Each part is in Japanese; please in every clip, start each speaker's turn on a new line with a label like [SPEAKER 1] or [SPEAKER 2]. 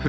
[SPEAKER 1] プ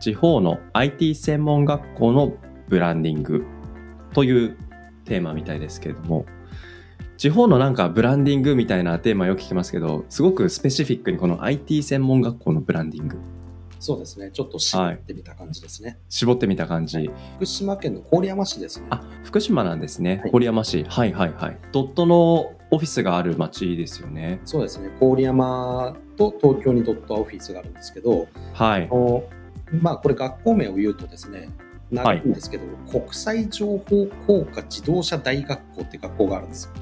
[SPEAKER 1] 地方の IT 専門学校のブランディングというテーマみたいですけれども地方のなんかブランディングみたいなテーマよく聞きますけどすごくスペシフィックにこの IT 専門学校のブランディング
[SPEAKER 2] そうですね。ちょっと絞ってみた感じですね。
[SPEAKER 1] 絞ってみた感じ、
[SPEAKER 2] 福島県の郡山市ですね。
[SPEAKER 1] あ福島なんですね
[SPEAKER 2] はい
[SPEAKER 1] 郡山市はいはいはいドットのオフィスがある町ですよね
[SPEAKER 2] そうですね。郡山と東京にドットオフィスがあるんですけど、
[SPEAKER 1] はい
[SPEAKER 2] あのまあこれ学校名を言うとですね、長いんですけど、国際情報工科自動車大学校っていう学校があるんですよ。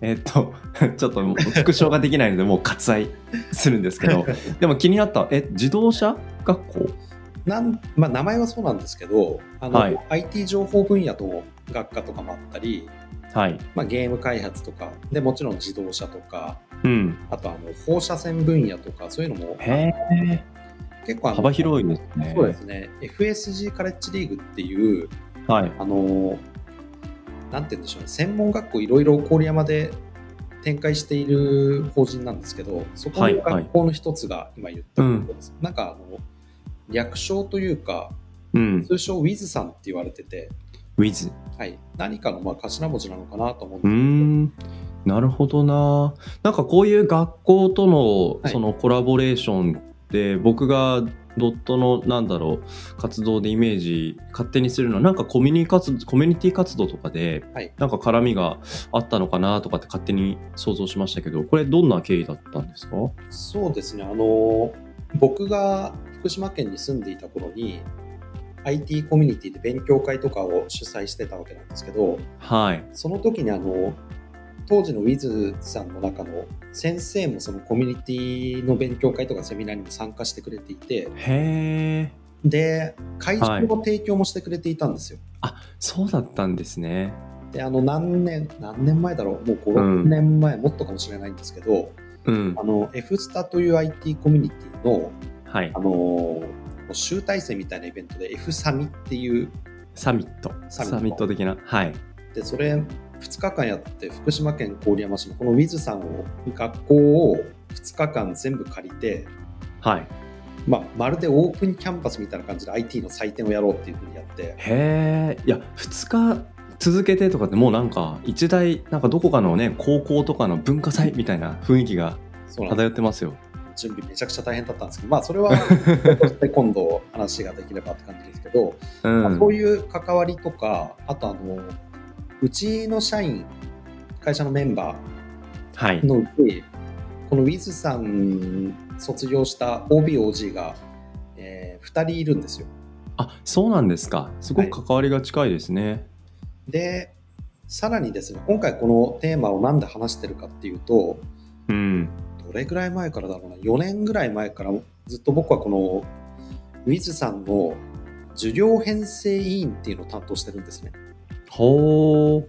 [SPEAKER 1] えっと、 ちょっともう復唱ができないので、もう割愛するんですけど、でも気になった、え、自動車学校
[SPEAKER 2] なんまあ、名前はそうなんですけど、あの
[SPEAKER 1] はい
[SPEAKER 2] IT 情報分野と学科とかもあったり、
[SPEAKER 1] はい。
[SPEAKER 2] まあ、ゲーム開発とかで、もちろん自動車とか、
[SPEAKER 1] うん。
[SPEAKER 2] あとあの放射線分野とか、そういうのも
[SPEAKER 1] へえ、
[SPEAKER 2] 結構あの
[SPEAKER 1] 幅広いですね。
[SPEAKER 2] そうですね、FSG カレッジリーグっていう、
[SPEAKER 1] はい。
[SPEAKER 2] あのーなんて言うんでしょうね、専門学校いろいろ郡山で展開している法人なんですけど、そこ
[SPEAKER 1] はい
[SPEAKER 2] の
[SPEAKER 1] はい
[SPEAKER 2] 学校の一つが今言ったことです。なんかあの略称というか、
[SPEAKER 1] うん。
[SPEAKER 2] 通称 Wiz さんって言われてて、
[SPEAKER 1] with。
[SPEAKER 2] はい、何かのまあ頭文字なのかなと思うん
[SPEAKER 1] うー
[SPEAKER 2] です
[SPEAKER 1] ん。なるほどな。なんかこういう学校と
[SPEAKER 2] は
[SPEAKER 1] の
[SPEAKER 2] い
[SPEAKER 1] そのコラボレーションって、僕がドットのなんだろう活動でイメージ勝手にするのはなんかコミュニ活コミュニティ活動とかで、
[SPEAKER 2] はい
[SPEAKER 1] なんか絡みがあったのかなとかって勝手に想像しましたけどこれどんな経緯だったんですか
[SPEAKER 2] そうですね、あのー僕が福島県に住んでいた頃に、IT コミュニティで勉強会とかを主催してたわけなんですけど、
[SPEAKER 1] はい
[SPEAKER 2] その時にあの当時のウィズさんの中の先生もそのコミュニティの勉強会とかセミナーにも参加してくれていて
[SPEAKER 1] へえ
[SPEAKER 2] で会場の提供もしてくれていたんですよ、
[SPEAKER 1] そうだったんですね
[SPEAKER 2] であの何年何年前だろうもう
[SPEAKER 1] う
[SPEAKER 2] 56
[SPEAKER 1] ん
[SPEAKER 2] 年前、もっとかもしれないんですけど
[SPEAKER 1] うん
[SPEAKER 2] あの F スタという IT コミュニティの
[SPEAKER 1] はい
[SPEAKER 2] あの集大成みたいなイベントで F サミっていう
[SPEAKER 1] サミット
[SPEAKER 2] サミット
[SPEAKER 1] サミット的なはい
[SPEAKER 2] でそれ2日間やって福島県郡山市のこのウィズさんを学校を2日間全部借りて
[SPEAKER 1] はい
[SPEAKER 2] まあ、まるでオープンキャンパスみたいな感じで IT の祭典をやろうっていうふうにやって、
[SPEAKER 1] へえいや2日続けてとかってもうなんか一大なんかどこかのね高校とかの文化祭みたいな雰囲気が
[SPEAKER 2] そうなんで
[SPEAKER 1] 漂ってますよ
[SPEAKER 2] す準備めちゃくちゃ大変だったんですけど、まあ、そ れは後で今度話ができればって感じですけど、
[SPEAKER 1] う
[SPEAKER 2] まあ
[SPEAKER 1] ん
[SPEAKER 2] そういう関わりとか、あとあの、うちの社員、会社のメンバ
[SPEAKER 1] はい
[SPEAKER 2] ーのうち、このウィズさん卒業した OB、OG が、え2人いるんですよ。
[SPEAKER 1] あそうなんですかすごく関わりが近いですね
[SPEAKER 2] で、さらにですね、今回このテーマをなんで話してるかっていうと、
[SPEAKER 1] うん
[SPEAKER 2] どれぐらい前からだろうな4年ぐらい前からずっと僕はこのウィズさんの授業編成委員っていうのを担当してるんですね。
[SPEAKER 1] ほう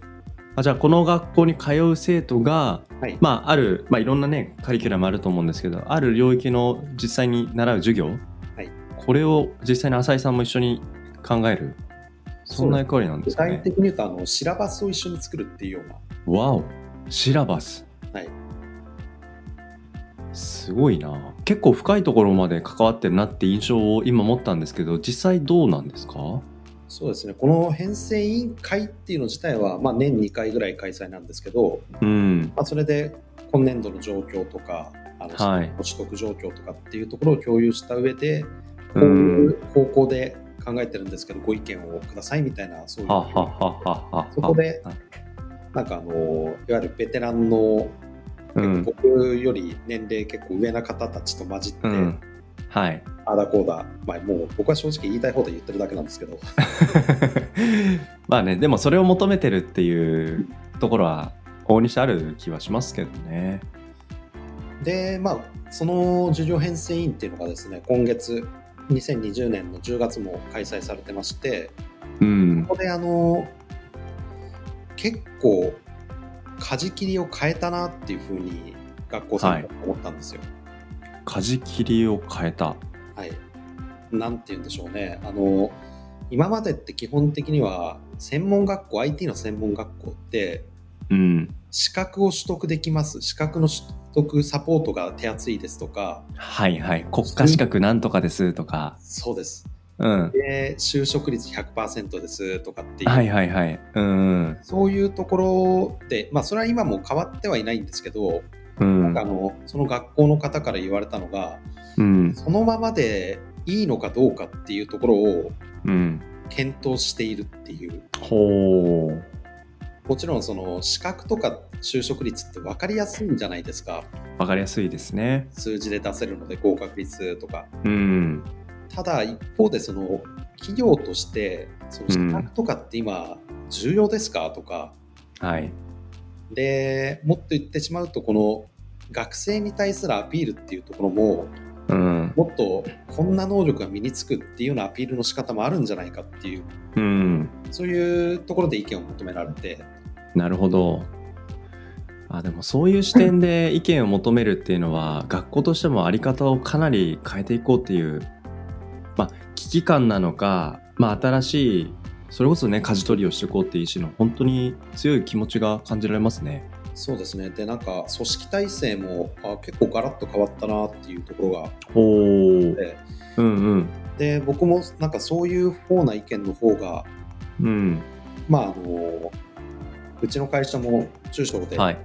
[SPEAKER 1] あじゃあこの学校に通う生徒が、
[SPEAKER 2] はい
[SPEAKER 1] まあある、まあ、いろんなねカリキュラムあると思うんですけどある領域の実際に習う授業、
[SPEAKER 2] い
[SPEAKER 1] これを実際に浅井さんも一緒に考えるそんな役割なんで
[SPEAKER 2] 具
[SPEAKER 1] すかね
[SPEAKER 2] 体的に言うとあのシラバスを一緒に作るっていうような
[SPEAKER 1] わおシラバス
[SPEAKER 2] はい
[SPEAKER 1] すごいな結構深いところまで関わってるなって印象を今持ったんですけど実際どうなんですか
[SPEAKER 2] そうですねこの編成委員会っていうの自体は、まあ、年2回ぐらい開催なんですけど、
[SPEAKER 1] うん
[SPEAKER 2] まあ、それで今年度の状況とかあの、
[SPEAKER 1] はい
[SPEAKER 2] 取得状況とかっていうところを共有した上でこう
[SPEAKER 1] うん
[SPEAKER 2] いう方向で考えてるんですけどご意見をくださいみたいなそういう
[SPEAKER 1] ははははは
[SPEAKER 2] そこでなんかあのいわゆるベテランの、
[SPEAKER 1] うん、
[SPEAKER 2] 僕より年齢結構上な方たちと混じって、
[SPEAKER 1] うん、はい
[SPEAKER 2] あーだこうだ、まあ、もう僕は正直言いたい放題言ってるだけなんですけど
[SPEAKER 1] まあねでもそれを求めてるっていうところは往々にしてある気はしますけどね
[SPEAKER 2] でまあその授業編成委員っていうのがですね今月2020年の10月も開催されてまして
[SPEAKER 1] うん
[SPEAKER 2] ここであの結構舵切りを変えたなっていうふうに学校さん思ったんですよ。
[SPEAKER 1] 舵切りを変えた
[SPEAKER 2] はい、なんて言うんでしょうねあの今までって基本的には専門学校 IT の専門学校って
[SPEAKER 1] うん
[SPEAKER 2] 資格を取得できます資格の取得サポートが手厚いですとか
[SPEAKER 1] はいはい国家資格なんとかですとか
[SPEAKER 2] そうです
[SPEAKER 1] うん
[SPEAKER 2] で就職率100%ですとかっていう、
[SPEAKER 1] はいはいはいうん
[SPEAKER 2] そういうところって、まあ、それは今も変わってはいないんですけど、
[SPEAKER 1] うん
[SPEAKER 2] あのその学校の方から言われたのが
[SPEAKER 1] うん
[SPEAKER 2] そのままでいいのかどうかっていうところを
[SPEAKER 1] うん
[SPEAKER 2] 検討しているっていう
[SPEAKER 1] ほう
[SPEAKER 2] もちろんその資格とか就職率って分かりやすいんじゃないですか
[SPEAKER 1] わかりやすいですね
[SPEAKER 2] 数字で出せるので合格率とか
[SPEAKER 1] うん
[SPEAKER 2] ただ一方でその企業としてその資格とかって今重要ですかとか、
[SPEAKER 1] はい
[SPEAKER 2] でもっと言ってしまうとこの学生に対するアピールっていうところも
[SPEAKER 1] うん
[SPEAKER 2] もっとこんな能力が身につくっていうようなアピールの仕方もあるんじゃないかっていう
[SPEAKER 1] うん
[SPEAKER 2] そういうところで意見を求められて
[SPEAKER 1] なるほどあでもそういう視点で意見を求めるっていうのは学校としてもあり方をかなり変えていこうっていう、まあ、危機感なのか、まあ、新しいそれこそね舵取りをしていこうっていう意思の本当に強い気持ちが感じられますね。
[SPEAKER 2] そうですねでなんか組織体制もあ結構ガラッと変わったなっていうところが
[SPEAKER 1] おー
[SPEAKER 2] で
[SPEAKER 1] うんうん
[SPEAKER 2] で僕もなんかそういう方な意見の方が
[SPEAKER 1] うん
[SPEAKER 2] まああのうちの会社も中小で
[SPEAKER 1] は
[SPEAKER 2] 大
[SPEAKER 1] い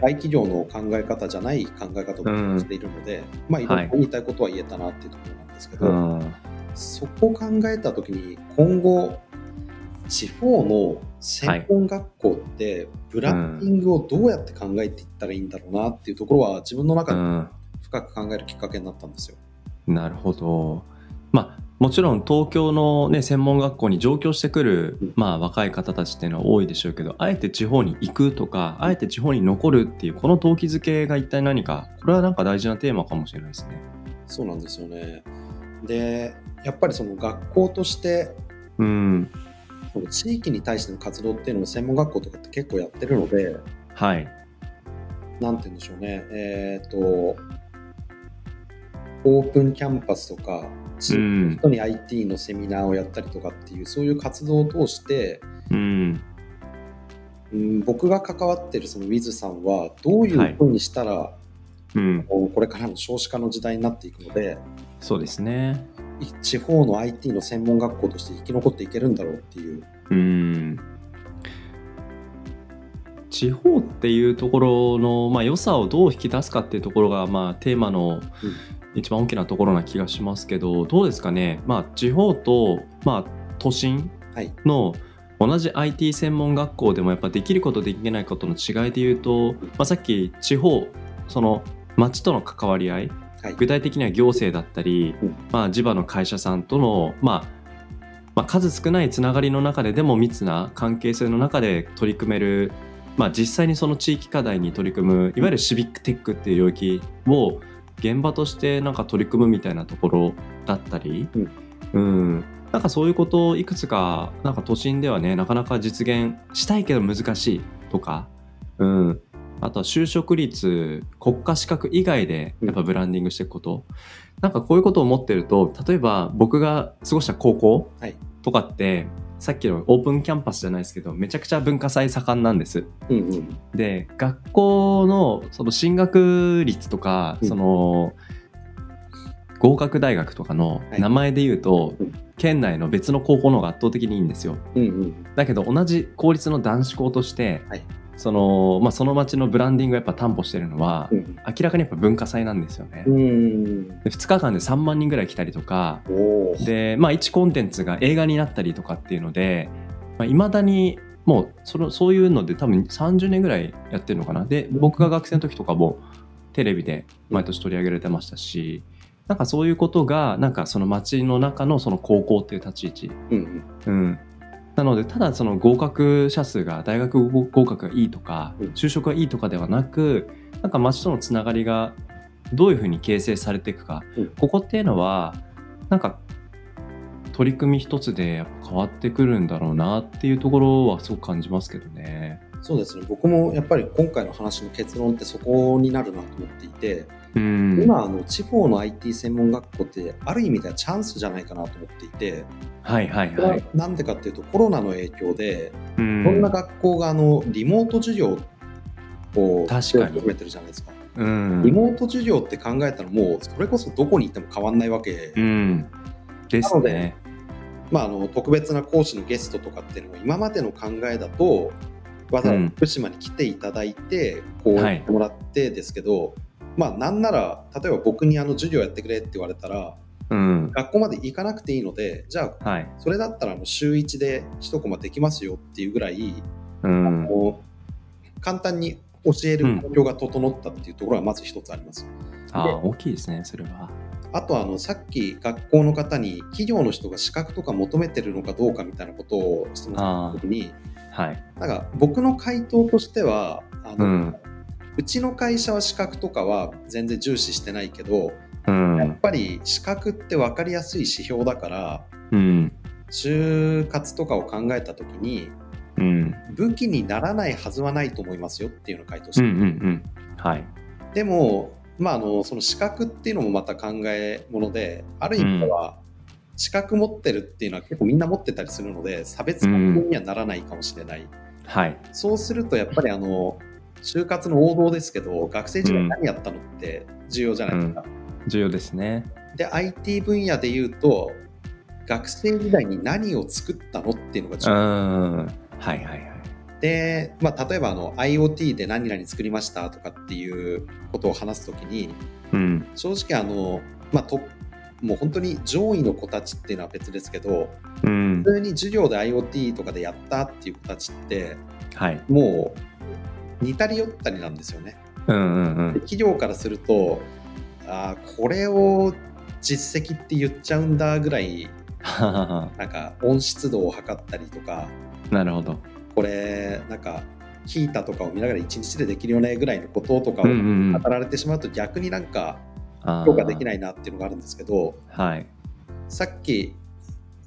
[SPEAKER 1] はい、
[SPEAKER 2] 企業の考え方じゃない考え方をしているので、まあいろ
[SPEAKER 1] はい
[SPEAKER 2] いろ言いたいことは言えたなっていうところなんですけど、
[SPEAKER 1] うん
[SPEAKER 2] そこを考えた時に今後地方の専門学校ってブランディングをどうやって考えていったらいいんだろうなっていうところは自分の中
[SPEAKER 1] う
[SPEAKER 2] で
[SPEAKER 1] ん
[SPEAKER 2] 深く考えるきっかけになったんですよ。
[SPEAKER 1] なるほど。まあもちろん東京の、ね、専門学校に上京してく
[SPEAKER 2] うん
[SPEAKER 1] る、まあ、若い方たちっていうのは多いでしょうけどあえて地方に行くとかあえて地方に残るっていうこの動機づけが一体何かこれはなんか大事なテーマかもしれないですね。
[SPEAKER 2] そうなんですよねでやっぱりその学校として
[SPEAKER 1] うん
[SPEAKER 2] その地域に対しての活動っていうのも専門学校とかって結構やってるので、
[SPEAKER 1] はい
[SPEAKER 2] なんて言うんでしょうね、えっ、と、オープンキャンパスとか、地
[SPEAKER 1] う
[SPEAKER 2] 域の
[SPEAKER 1] ん
[SPEAKER 2] 人に IT のセミナーをやったりとかっていう、そういう活動を通して、
[SPEAKER 1] うん
[SPEAKER 2] うん、僕が関わってるその Wiz さんは、どういうふうにしたら、
[SPEAKER 1] うん
[SPEAKER 2] こうこれからの少子化の時代になっていくので、
[SPEAKER 1] そうですね。
[SPEAKER 2] い地方の IT の専門学校として生き残っていけるんだろうっていう、
[SPEAKER 1] うん地方っていうところの、まあ、良さをどう引き出すかっていうところが、まあ、テーマの一番大きなところな気がしますけどどうですかね、まあ、地方と、まあ、都心
[SPEAKER 2] はい
[SPEAKER 1] の同じ IT 専門学校でもやっぱできることできないことの違いで言うと、まあ、さっき地方その町との関わり合い
[SPEAKER 2] はい、
[SPEAKER 1] 具体的には行政だったり、
[SPEAKER 2] うん
[SPEAKER 1] まあ、地場の会社さんとの、まあまあ、数少ないつながりの中ででも密な関係性の中で取り組める、まあ、実際にその地域課題に取り組むいわゆるシビックテックっていう領域を現場としてなんか取り組むみたいなところだったり、うんなんかそういうことをいくつかなんか都心ではねなかなか実現したいけど難しいとか、うん、あとは就職率国家資格以外でやっぱブランディングしていくこと、なんかこういうことを思ってると例えば僕が過ごした高校
[SPEAKER 2] はい
[SPEAKER 1] とかって、さっきのオープンキャンパスじゃないですけどめちゃくちゃ文化祭盛んなんです。
[SPEAKER 2] うんうん、
[SPEAKER 1] で学校のその進学率とか、
[SPEAKER 2] うん
[SPEAKER 1] その合格大学とかの
[SPEAKER 2] はい
[SPEAKER 1] 名前で言うと、
[SPEAKER 2] うん
[SPEAKER 1] 県内の別の高校の方が圧倒的にいいんですよ。
[SPEAKER 2] うんうん、
[SPEAKER 1] だけど同じ公立の男子校として、
[SPEAKER 2] はい
[SPEAKER 1] そのまあ、その町のブランディングをやっぱ担保してるのは、
[SPEAKER 2] うん
[SPEAKER 1] 明らかにやっぱ文化祭なんですよね。
[SPEAKER 2] うん、うん、
[SPEAKER 1] で2日間で3万人ぐらい来たりとか
[SPEAKER 2] おお、
[SPEAKER 1] で、まあ、1コンテンツが映画になったりとかっていうのでいまあ、未だにもうそのそういうので多分30年ぐらいやってるのかなで僕が学生の時とかもテレビで毎年取り上げられてましたしなんかそういうことがなんかその町の中のその高校っていう立ち位置
[SPEAKER 2] うんうん、
[SPEAKER 1] うん、なのでただその合格者数が大学合格がいいとか
[SPEAKER 2] うん
[SPEAKER 1] 就職がいいとかではなくなんか町とのつながりがどういうふうに形成されていくか、
[SPEAKER 2] うん
[SPEAKER 1] ここっていうのはなんか取り組み一つでやっぱ変わってくるんだろうなっていうところはすごく感じますけどね。
[SPEAKER 2] そうですね僕もやっぱり今回の話の結論ってそこになるなと思っていて、
[SPEAKER 1] うん、
[SPEAKER 2] 今あの地方の IT 専門学校ってある意味ではチャンスじゃないかなと思っていて
[SPEAKER 1] はいはい
[SPEAKER 2] これ
[SPEAKER 1] は。
[SPEAKER 2] はいなんでかっていうとコロナの影響で
[SPEAKER 1] う
[SPEAKER 2] いろん
[SPEAKER 1] ん
[SPEAKER 2] な学校があのリモート授業を
[SPEAKER 1] 確かに
[SPEAKER 2] 始めてるじゃないですか。
[SPEAKER 1] うん
[SPEAKER 2] リモート授業って考えたらもうそれこそどこに行っても変わんないわけ、
[SPEAKER 1] うん、ですね。
[SPEAKER 2] まあ、あの特別な講師のゲストとかっていうのも今までの考えだとわざわざ福島に来ていただいてこう
[SPEAKER 1] はい
[SPEAKER 2] やってもらってですけど、まあなんなら例えば僕にあの授業やってくれって言われたら
[SPEAKER 1] うん、
[SPEAKER 2] 学校まで行かなくていいのでじゃあ
[SPEAKER 1] はい。
[SPEAKER 2] それだったらあの週1で1コマできますよっていうぐらい、
[SPEAKER 1] うん、
[SPEAKER 2] こう簡単に教える環境が整ったっていうところがまず一つあります。
[SPEAKER 1] ああ、大きいですね、それは。
[SPEAKER 2] あとあのさっき学校の方に企業の人が資格とか求めてるのかどうかみたいなことを質問した時に
[SPEAKER 1] はい。
[SPEAKER 2] なんか僕の回答としてはあ
[SPEAKER 1] う、
[SPEAKER 2] の、うんちの会社は資格とかは全然重視してないけど
[SPEAKER 1] う
[SPEAKER 2] やっ
[SPEAKER 1] ん、
[SPEAKER 2] ぱり資格って分かりやすい指標だから
[SPEAKER 1] うん、
[SPEAKER 2] 就活とかを考えた時に
[SPEAKER 1] うん、
[SPEAKER 2] 武器にならないはずはないと思いますよっていうのを回答し
[SPEAKER 1] うん、う
[SPEAKER 2] て、
[SPEAKER 1] ん、うん、はい。
[SPEAKER 2] でも、まあ、あのその資格っていうのもまた考えものである意味では資格持ってるっていうのは結構みんな持ってたりするので差別化にはならないかもしれない、
[SPEAKER 1] はい。
[SPEAKER 2] そうするとやっぱりあの就活の王道ですけど学生時
[SPEAKER 1] う
[SPEAKER 2] 代
[SPEAKER 1] ん
[SPEAKER 2] 何やったのって重要じゃないですか、
[SPEAKER 1] 重要ですね。
[SPEAKER 2] で IT 分野で言うと学生時代に何を作ったのっていうのが
[SPEAKER 1] う
[SPEAKER 2] 重要
[SPEAKER 1] ん、はい、はい、はい。
[SPEAKER 2] で、まあ、例えばあの IoT で何々作りましたとかっていうことを話すときに
[SPEAKER 1] うん、
[SPEAKER 2] 正直あの、まあ、ともう本当に上位の子たちっていうのは別ですけど
[SPEAKER 1] うん、
[SPEAKER 2] 普通に授業で IoT とかでやったっていう子たちって
[SPEAKER 1] はい。
[SPEAKER 2] もう似たり寄ったりなんですよね。
[SPEAKER 1] うん、うん、う
[SPEAKER 2] で
[SPEAKER 1] ん、
[SPEAKER 2] 企業からするとあーこれを実績って言っちゃうんだぐらい
[SPEAKER 1] ははは。
[SPEAKER 2] なんか温湿度を測ったりとか
[SPEAKER 1] なるほど。
[SPEAKER 2] これなんか聞いたとかを見ながら一日でできるよねぐらいのこととかを
[SPEAKER 1] うん、うん、うん。
[SPEAKER 2] 語られてしまうと逆になんか
[SPEAKER 1] あ
[SPEAKER 2] 評価でき
[SPEAKER 1] い。
[SPEAKER 2] ないなっていうのがあるんですけど
[SPEAKER 1] はい。
[SPEAKER 2] さっき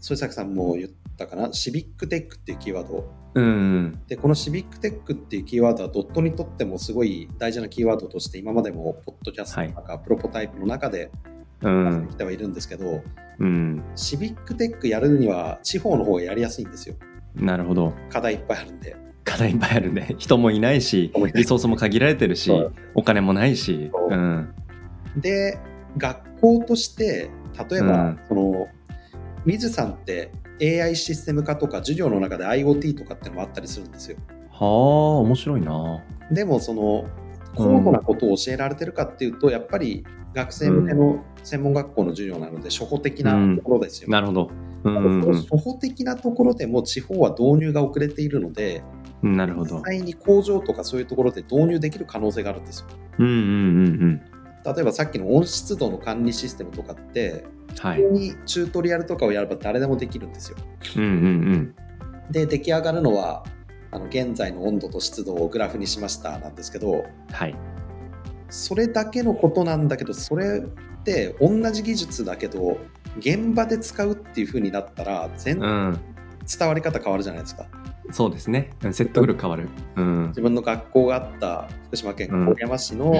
[SPEAKER 2] 添崎さんも言ったかなシビックテックっていうキーワード
[SPEAKER 1] うん、うん、
[SPEAKER 2] でこのシビックテックっていうキーワードはドットにとってもすごい大事なキーワードとして今までもポッドキャストとかプロポタイプの中で
[SPEAKER 1] う
[SPEAKER 2] 出して
[SPEAKER 1] ん、
[SPEAKER 2] きてはいるんですけど、
[SPEAKER 1] うん。
[SPEAKER 2] シビックテックやるには地方の方がやりやすいんですよ
[SPEAKER 1] なるほど。
[SPEAKER 2] 課題いっぱいあるんで
[SPEAKER 1] 課題いっぱいあるね。人もいないし、リソースも限られてるし
[SPEAKER 2] そう、
[SPEAKER 1] お金もないし。
[SPEAKER 2] そう
[SPEAKER 1] うん、
[SPEAKER 2] で学校として例えば、
[SPEAKER 1] うん
[SPEAKER 2] その水さんって AI システム化とか授業の中で IoT とかってのもあったりするんですよ
[SPEAKER 1] はあ、面白いな。
[SPEAKER 2] でもその高度なことを教えられてるかっていうと、やっぱり学生向けの専門学校の授業なので初歩的なところですよ、
[SPEAKER 1] なるほど。うん
[SPEAKER 2] ただその初歩的なところでも地方は導入が遅れているので
[SPEAKER 1] うん、なるほど
[SPEAKER 2] 実。際に工場とかそういうところで導入できる可能性があるんですよ
[SPEAKER 1] うんうんうんうん。
[SPEAKER 2] 例えばさっきの温湿度の管理システムとかって
[SPEAKER 1] は
[SPEAKER 2] 普
[SPEAKER 1] い。
[SPEAKER 2] 通にチュートリアルとかをやれば誰でもできるんですよ
[SPEAKER 1] うんうん
[SPEAKER 2] で出来上がるのはあの現在の温度と湿度をグラフにしましたなんですけど
[SPEAKER 1] うん。はい。
[SPEAKER 2] それだけのことなんだけどそれって同じ技術だけど現場で使うっていう風になったら全
[SPEAKER 1] う
[SPEAKER 2] 然
[SPEAKER 1] ん。
[SPEAKER 2] 伝わり方変わるじゃないですか、
[SPEAKER 1] そうですね。うん説得力変わる。うん。
[SPEAKER 2] 自分の学校があった福島県郡山市の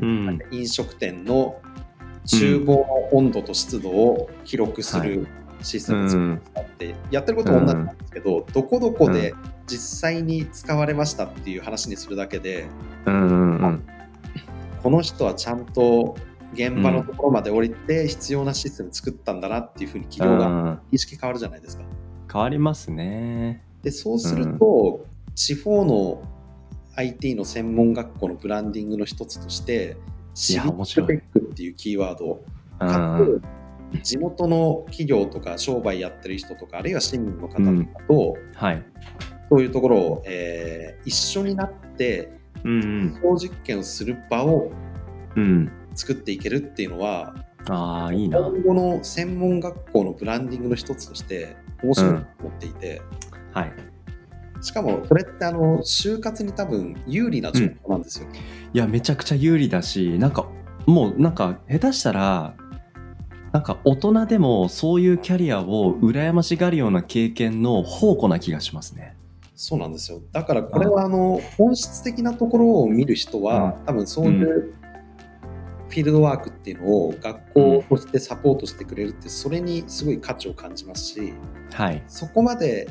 [SPEAKER 1] うん。
[SPEAKER 2] 飲食店の厨房の温度と湿度を記録するシステムを作ったってやってることは同じなんですけどどこどこで実際に使われましたっていう話にするだけで
[SPEAKER 1] うんうんうん。
[SPEAKER 2] この人はちゃんと現場のところまで降りて必要なシステム作ったんだなっていうふうに企業が
[SPEAKER 1] うん
[SPEAKER 2] 意識変わるじゃないですか。
[SPEAKER 1] 変わりますね。
[SPEAKER 2] でそうすると地方の IT の専門学校のブランディングの一つとしてシビ
[SPEAKER 1] 面
[SPEAKER 2] ッ
[SPEAKER 1] 白
[SPEAKER 2] ク
[SPEAKER 1] い
[SPEAKER 2] テックっていうキーワードを
[SPEAKER 1] う
[SPEAKER 2] か
[SPEAKER 1] ん。
[SPEAKER 2] つ地元の企業とか商売やってる人とかあるいは市民の方とかと、
[SPEAKER 1] はい。
[SPEAKER 2] そういうところを、えー一緒になって
[SPEAKER 1] うん
[SPEAKER 2] 実証実験をする場を
[SPEAKER 1] うん。うん。
[SPEAKER 2] 作っていけるっていうのは
[SPEAKER 1] ああ、いいな。
[SPEAKER 2] 今後の専門学校のブランディングの一つとして面白いと思っていて、
[SPEAKER 1] はい。
[SPEAKER 2] しかもこれってあの就活に多分有利な情報なんですよ、
[SPEAKER 1] いや、めちゃくちゃ有利だし、なんか、もうなんか、下手したら、なんか大人でもそういうキャリアを羨ましがるような経験の宝庫な気がしますね。
[SPEAKER 2] そうなんですよ。だからこれはあの本質的なところを見る人は、多分そういうフィールドワークっていうのを学校としてサポートしてくれるって、それにすごい価値を感じますし、
[SPEAKER 1] はい。
[SPEAKER 2] そこまで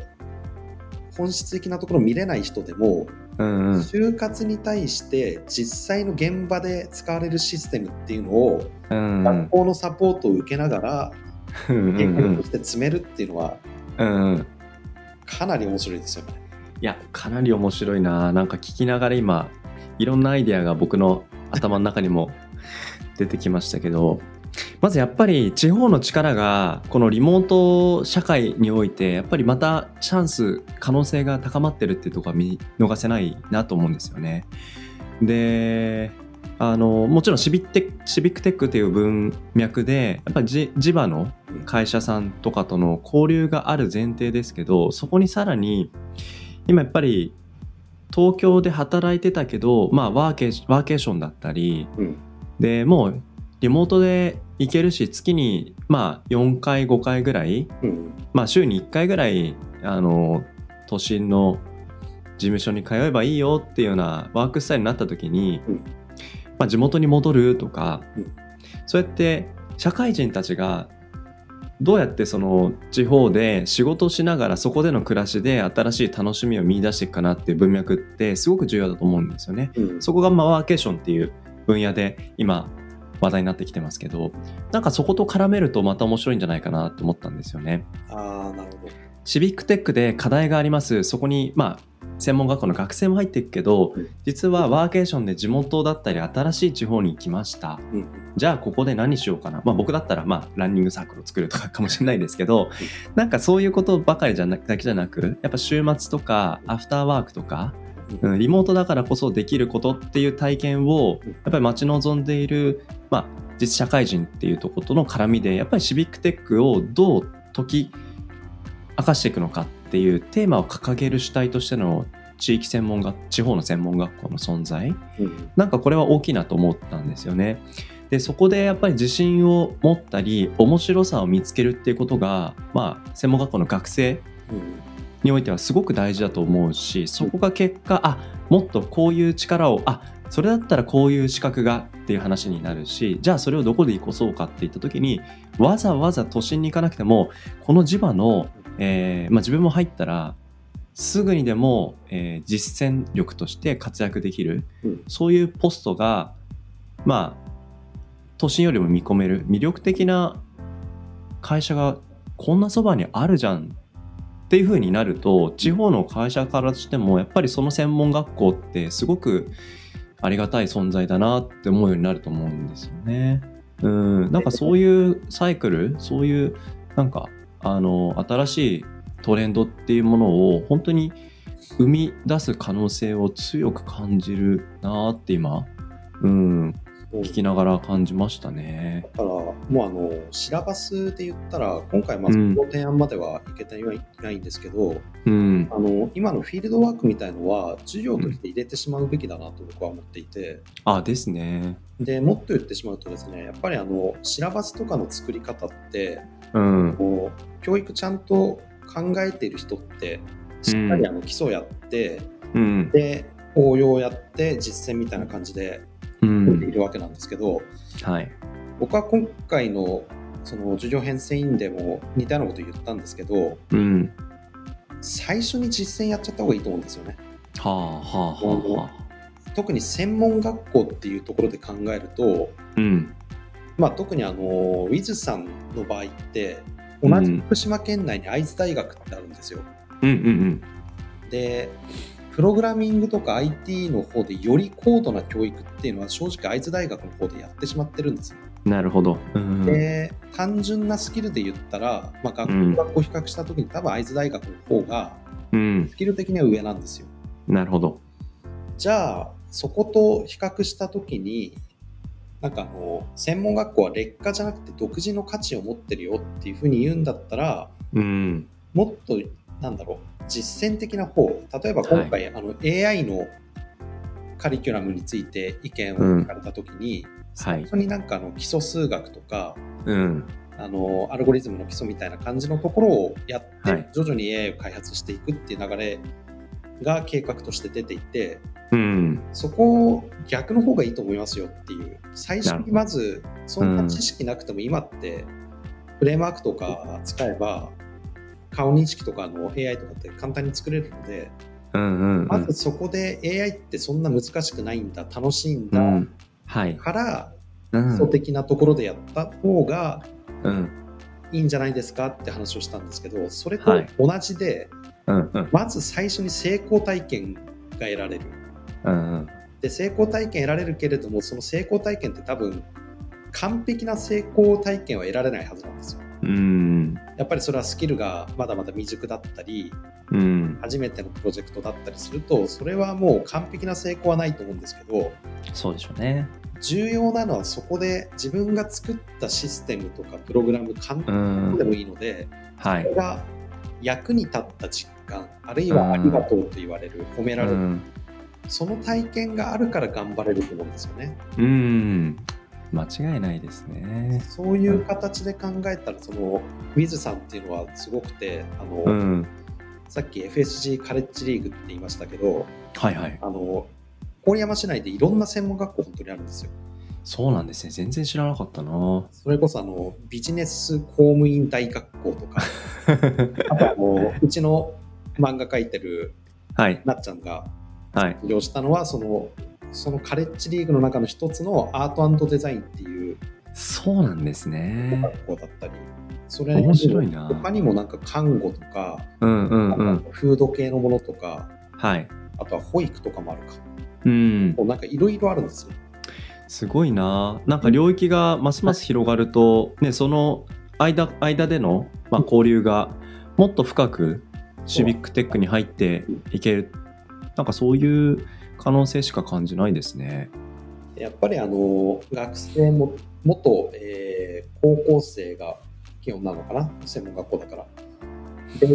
[SPEAKER 2] 本質的なところを見れない人でも、
[SPEAKER 1] うんうん。
[SPEAKER 2] 就活に対して実際の現場で使われるシステムっていうのを、
[SPEAKER 1] うんう
[SPEAKER 2] 学
[SPEAKER 1] ん。
[SPEAKER 2] 校のサポートを受けながら、
[SPEAKER 1] うんう
[SPEAKER 2] 現場と
[SPEAKER 1] ん
[SPEAKER 2] して詰めるっていうのは、
[SPEAKER 1] うんうん。
[SPEAKER 2] かなり面白いですよね。
[SPEAKER 1] いや、かなり面白いな。なんか聞きながら今、いろんなアイデアが僕の頭の中にも出てきましたけど、まずやっぱり地方の力が、このリモート社会において、やっぱりまたチャンス、可能性が高まってるっていうところは見逃せないなと思うんですよね。で、あの、もちろんシビッテシビックテックっていう文脈で、やっぱりじ地場の会社さんとかとの交流がある前提ですけど、そこにさらに、今やっぱり東京で働いてたけど、まあ、ワーケワーケーションだったり、
[SPEAKER 2] うん
[SPEAKER 1] でもうリモートで行けるし月にまあ4回5回ぐらい、
[SPEAKER 2] うん、
[SPEAKER 1] まあ、週に1回ぐらいあの都心の事務所に通えばいいよっていうようなワークスタイルになった時に、
[SPEAKER 2] うん
[SPEAKER 1] まあ、地元に戻るとか、
[SPEAKER 2] うん
[SPEAKER 1] そうやって社会人たちがどうやってその地方で仕事をしながらそこでの暮らしで新しい楽しみを見出していくかなっていう文脈ってすごく重要だと思うんですよね。
[SPEAKER 2] うん
[SPEAKER 1] そこがまあワーケーションっていう分野で今話題になってきてますけどなんかそこと絡めるとまた面白いんじゃないかなと思ったんですよね。
[SPEAKER 2] ああ、なるほど。
[SPEAKER 1] シビックテックで課題があります。そこに、まあ、専門学校の学生も入っていくけど
[SPEAKER 2] うん、
[SPEAKER 1] 実はワーケーションで地元だったり、新しい地方に行きました。
[SPEAKER 2] うん、
[SPEAKER 1] じゃあ、ここで何しようかな。まあ、僕だったら、まあ、ランニングサークルを作るとかかもしれないですけど、なんかそういうことばかりじゃなだけじゃなく、やっぱ週末とか、アフターワークとか、
[SPEAKER 2] うん
[SPEAKER 1] うんリモートだからこそできることっていう体験を
[SPEAKER 2] うん
[SPEAKER 1] やっぱり待ち望んでいる、まあ、実社会人っていうとことの絡みでやっぱりシビックテックをどう解き明かしていくのかっていうテーマを掲げる主体としての地域専門学地方の専門学校の存在
[SPEAKER 2] うん
[SPEAKER 1] なんかこれは大きいなと思ったんですよね。でそこでやっぱり自信を持ったり面白さを見つけるっていうことが、まあ、専門学校の学生
[SPEAKER 2] うん
[SPEAKER 1] においてはすごく大事だと思うしそこが結果あもっとこういう力をあそれだったらこういう資格がっていう話になるしじゃあそれをどこで生こそうかって言った時にわざわざ都心に行かなくてもこの地場の、えーまあ、自分も入ったらすぐにでも、えー実践力として活躍できる、
[SPEAKER 2] うん
[SPEAKER 1] そういうポストがまあ都心よりも見込める魅力的な会社がこんなそばにあるじゃんっていう風になると地方の会社からしてもやっぱりその専門学校ってすごくありがたい存在だなって思うようになると思うんですよね。うん、なんかそういうサイクルそういうなんかあの新しいトレンドっていうものを本当に生み出す可能性を強く感じるなって今、うん、
[SPEAKER 2] うん
[SPEAKER 1] 聞きながら感じましたね。
[SPEAKER 2] だから、もうあの、シラバスで言ったら、今回、まあ、
[SPEAKER 1] う
[SPEAKER 2] そ
[SPEAKER 1] ん
[SPEAKER 2] の提案まではいけてはいないんですけど、
[SPEAKER 1] うん、
[SPEAKER 2] あの、今のフィールドワークみたいのは、授業として入れてしまうべきだなと僕は思っていて、
[SPEAKER 1] あですね。
[SPEAKER 2] で、もっと言ってしまうとですね、やっぱりあの、シラバスとかの作り方って、
[SPEAKER 1] うん、
[SPEAKER 2] こう、教育ちゃんと考えている人って、しっかりあの基礎やって、
[SPEAKER 1] うん、
[SPEAKER 2] で、応用やって、実践みたいな感じで
[SPEAKER 1] う
[SPEAKER 2] 組んでい
[SPEAKER 1] ん、
[SPEAKER 2] るわけなんですけど、
[SPEAKER 1] はい。
[SPEAKER 2] 僕は今回のその授業編成委員でも似たようなこと言ったんですけど
[SPEAKER 1] うん、
[SPEAKER 2] 最初に実践やっちゃった方がいいと思うんですよね
[SPEAKER 1] はあはあはあはあ。
[SPEAKER 2] 特に専門学校っていうところで考えると、
[SPEAKER 1] うん。
[SPEAKER 2] まあ、特にあのウィズさんの場合って同じ福島県内に会津大学ってあるんですよ、
[SPEAKER 1] うんうん
[SPEAKER 2] でプログラミングとか IT の方でより高度な教育っていうのは正直会津大学の方でやってしまってるんですよ
[SPEAKER 1] うん。なるほど。うん。
[SPEAKER 2] で単純なスキルで言ったら、まあ、学
[SPEAKER 1] うん
[SPEAKER 2] 校学校比較した時に多分会津大学の方が
[SPEAKER 1] うん。
[SPEAKER 2] スキル的には上なんですよ。
[SPEAKER 1] なるほど。
[SPEAKER 2] じゃあそこと比較した時になんかあの専門学校は劣化じゃなくて独自の価値を持ってるよっていうふうに言うんだったら
[SPEAKER 1] うん。
[SPEAKER 2] もっとなんだろう実践的な方例えば今回、あの AI のカリキュラムについて意見を聞かれた時に、
[SPEAKER 1] はい
[SPEAKER 2] 本。当になんかあの基礎数学とか
[SPEAKER 1] うん。
[SPEAKER 2] あのアルゴリズムの基礎みたいな感じのところをやって、
[SPEAKER 1] はい
[SPEAKER 2] 徐々に AI を開発していくっていう流れが計画として出ていて
[SPEAKER 1] うん。
[SPEAKER 2] そこを逆の方がいいと思いますよっていう最初
[SPEAKER 1] なるほ
[SPEAKER 2] に
[SPEAKER 1] ど
[SPEAKER 2] まずそんな知識なくても今ってフレームワークとか使えば顔認識とかの AI とかって簡単に作れるので
[SPEAKER 1] うんうんうん。
[SPEAKER 2] まずそこで AI ってそんな難しくないんだ楽しいん
[SPEAKER 1] う
[SPEAKER 2] だ
[SPEAKER 1] ん。はい。
[SPEAKER 2] から
[SPEAKER 1] う
[SPEAKER 2] 基
[SPEAKER 1] ん
[SPEAKER 2] 礎的なところでやった方が
[SPEAKER 1] うん。
[SPEAKER 2] いいんじゃないですかって話をしたんですけどそれと
[SPEAKER 1] はい
[SPEAKER 2] 同じで、
[SPEAKER 1] うんうん。
[SPEAKER 2] まず最初に成功体験が得られる
[SPEAKER 1] うんうん。
[SPEAKER 2] で成功体験得られるけれどもその成功体験って多分完璧な成功体験は得られないはずなんですよ
[SPEAKER 1] うん。
[SPEAKER 2] やっぱりそれはスキルがまだまだ未熟だったり
[SPEAKER 1] うん。
[SPEAKER 2] 初めてのプロジェクトだったりするとそれはもう完璧な成功はないと思うんですけど
[SPEAKER 1] そうでしょうね。
[SPEAKER 2] 重要なのはそこで自分が作ったシステムとかプログラム簡
[SPEAKER 1] う
[SPEAKER 2] 単
[SPEAKER 1] ん
[SPEAKER 2] で。もいいので、
[SPEAKER 1] は
[SPEAKER 2] それ
[SPEAKER 1] い。
[SPEAKER 2] が役に立った実感あるいはありがとうと言われる褒め
[SPEAKER 1] う
[SPEAKER 2] られる、
[SPEAKER 1] ん。
[SPEAKER 2] その体験があるから頑張れると思うんですよね
[SPEAKER 1] うん。間違いないですね。
[SPEAKER 2] そういう形で考えたらそのウィズさんっていうのはすごくてあの、
[SPEAKER 1] うん。
[SPEAKER 2] さっき FSG カレッジリーグって言いましたけど
[SPEAKER 1] はいはい。
[SPEAKER 2] あの郡山市内でいろんな専門学校本当にあるんですよ
[SPEAKER 1] そうなんですね。全然知らなかったな。
[SPEAKER 2] それこそあのビジネス公務員大学校と かあとあのうちの漫画描いてる
[SPEAKER 1] はい。
[SPEAKER 2] なっちゃんが
[SPEAKER 1] はい。
[SPEAKER 2] 利用したのはそのそのカレッジリーグの中の一つのアートデザインっていう
[SPEAKER 1] そうなんですね。
[SPEAKER 2] 学校だったりそれ
[SPEAKER 1] 面白いな
[SPEAKER 2] 他にもなんか看護とか、
[SPEAKER 1] うんうんう
[SPEAKER 2] なん
[SPEAKER 1] ん。
[SPEAKER 2] かフード系のものとか
[SPEAKER 1] はい。
[SPEAKER 2] あとは保育とかもあるか
[SPEAKER 1] うん。
[SPEAKER 2] もうなんかいろいろあるんですよ
[SPEAKER 1] すごいな。なんか領域がますます広がると、ね、その間、間での、まあ、交流がもっと深くシビックテックに入っていける。なんかそういう可能性しか感じないですね。
[SPEAKER 2] やっぱりあの学生も元、えー高校生が基本なのかな専門学校だからで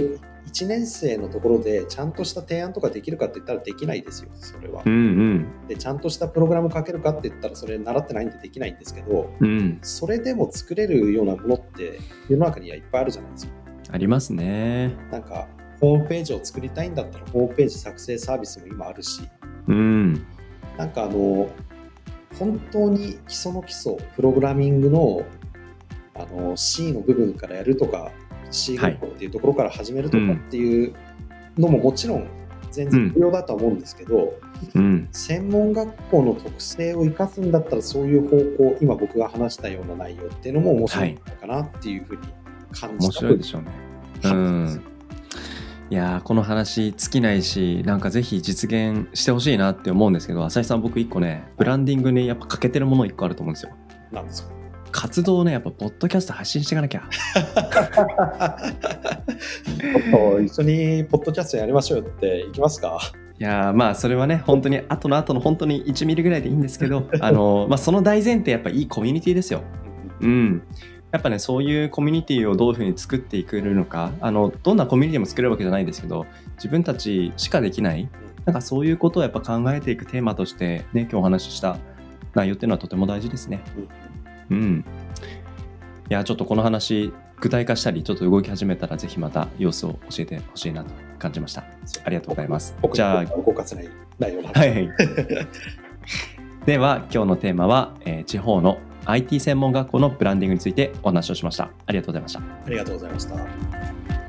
[SPEAKER 2] 1年生のところでちゃんとした提案とかできるかって言ったらできないですよそれは
[SPEAKER 1] うん
[SPEAKER 2] でちゃんとしたプログラム書けるかって言ったらそれ習ってないんでできないんですけど
[SPEAKER 1] うん。うん。
[SPEAKER 2] それでも作れるようなものって世の中にはいっぱいあるじゃないですか
[SPEAKER 1] ありますね。
[SPEAKER 2] なんかホームページを作りたいんだったらホームページ作成サービスも今あるし
[SPEAKER 1] うん。
[SPEAKER 2] なんかあの本当に基礎の基礎プログラミングのあの C の部分からやるとか C
[SPEAKER 1] はい
[SPEAKER 2] 学校っていうところから始めると
[SPEAKER 1] うん
[SPEAKER 2] かっていうのももちろん全
[SPEAKER 1] う
[SPEAKER 2] 然
[SPEAKER 1] ん
[SPEAKER 2] 不要だとは思うんですけど、
[SPEAKER 1] うん。
[SPEAKER 2] 専門学校の特性を生かすんだったらそういう方向今僕が話したような内容っていうのも面白いのかなっていうふうに感じ
[SPEAKER 1] 面
[SPEAKER 2] た
[SPEAKER 1] 白いでしょうね。う
[SPEAKER 2] 感じ
[SPEAKER 1] ん。いやーこの話尽きないしなんかぜひ実現してほしいなって思うんですけど浅井さん僕一個ねブランディングにやっぱ欠けてるもの一個あると思うんですよ
[SPEAKER 2] なんですよ
[SPEAKER 1] 活動をねやっぱポッドキャスト発信していかなきゃ
[SPEAKER 2] ちょっと一緒にポッドキャストやりましょうよっていきますか
[SPEAKER 1] いやーまあそれはね本当に後の後の本当に1ミリぐらいでいいんですけどあのー、まあ、その大前提やっぱいいコミュニティですようんやっぱねそういうコミュニティをどういうふうに作っていくのかあのどんなコミュニティも作れるわけじゃないんですけど自分たちしかできないなんかそういうことをやっぱ考えていくテーマとしてね今日お話しした内容っていうのはとても大事ですね。うん。いやちょっとこの話具体化したりちょっと動き始めたらぜひまた様子を教えてほしいなと感じました。ありがとうございます。
[SPEAKER 2] 僕
[SPEAKER 1] じゃあ
[SPEAKER 2] 動かせない内容なんで
[SPEAKER 1] はい。 では今日のテーマは、えー地方の IT 専門学校のブランディングについてお話をしました。ありがとうございました。
[SPEAKER 2] ありがとうございました